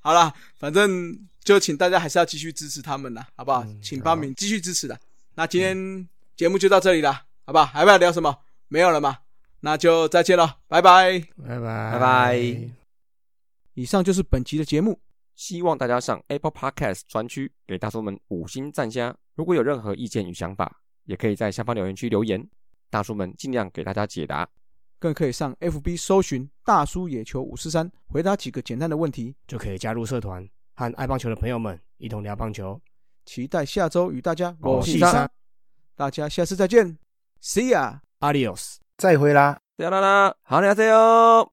Speaker 1: 好啦，反正就请大家还是要继续支持他们啦，好不好？
Speaker 3: 嗯
Speaker 1: 请报名继续支持啦。那今天节目就到这里啦，好不好？还要不要聊什么？没有了嘛，那就再见了，拜拜。
Speaker 2: 拜拜拜
Speaker 3: 拜拜
Speaker 1: 以上就是本集的节目。
Speaker 3: 希望大家上 Apple Podcast 专区给大叔们五星赞加。如果有任何意见与想法，也可以在下方留言区留言，大叔们尽量给大家解答。
Speaker 1: 更可以上 FB 搜寻“大叔野球五四三”，回答几个简单的问题。
Speaker 2: 就可以加入社团，和爱棒球的朋友们一同聊棒球。
Speaker 1: 期待下周与大家
Speaker 3: 哦
Speaker 2: 我是
Speaker 1: 三
Speaker 2: 三
Speaker 1: 大家下次再见，See ya。
Speaker 2: ，Adios，再会啦。
Speaker 3: 啦啦啦，好，你好，加油！